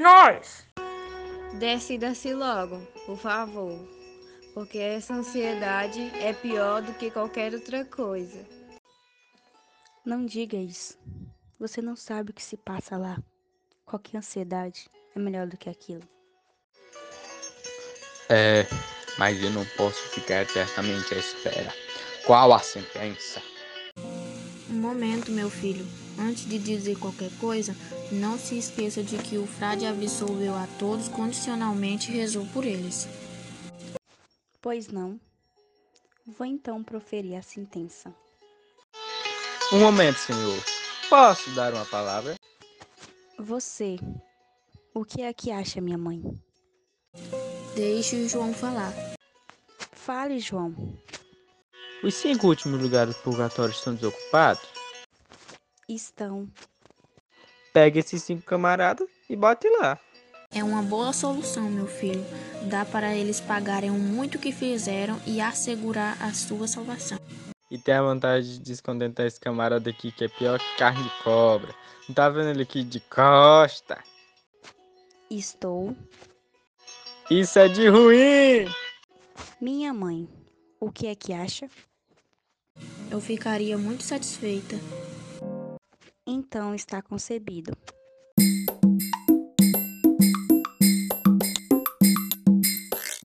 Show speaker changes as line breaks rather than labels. nós!
Decida-se logo, por favor, porque essa ansiedade é pior do que qualquer outra coisa.
Não diga isso. Você não sabe o que se passa lá. Qualquer ansiedade é melhor do que aquilo.
É, mas eu não posso ficar eternamente à espera. Qual a sentença?
Um momento, meu filho. Antes de dizer qualquer coisa, não se esqueça de que o frade absolveu a todos condicionalmente e rezou por eles.
Pois não. Vou então proferir a sentença.
Um momento, senhor. Posso dar uma palavra?
Você, o que é que acha, minha mãe?
Deixe o João falar.
Fale, João.
Os cinco últimos lugares do purgatório estão desocupados?
Estão.
Pega esses cinco camaradas e bote lá.
É uma boa solução, meu filho. Dá para eles pagarem o muito que fizeram e assegurar a sua salvação.
E tem a vantagem de descontentar esse camarada aqui que é pior que carne de cobra. Não tá vendo ele aqui de costa?
Estou.
Isso é de ruim!
Minha mãe, o que é que acha?
Eu ficaria muito satisfeita.
Então está concebido.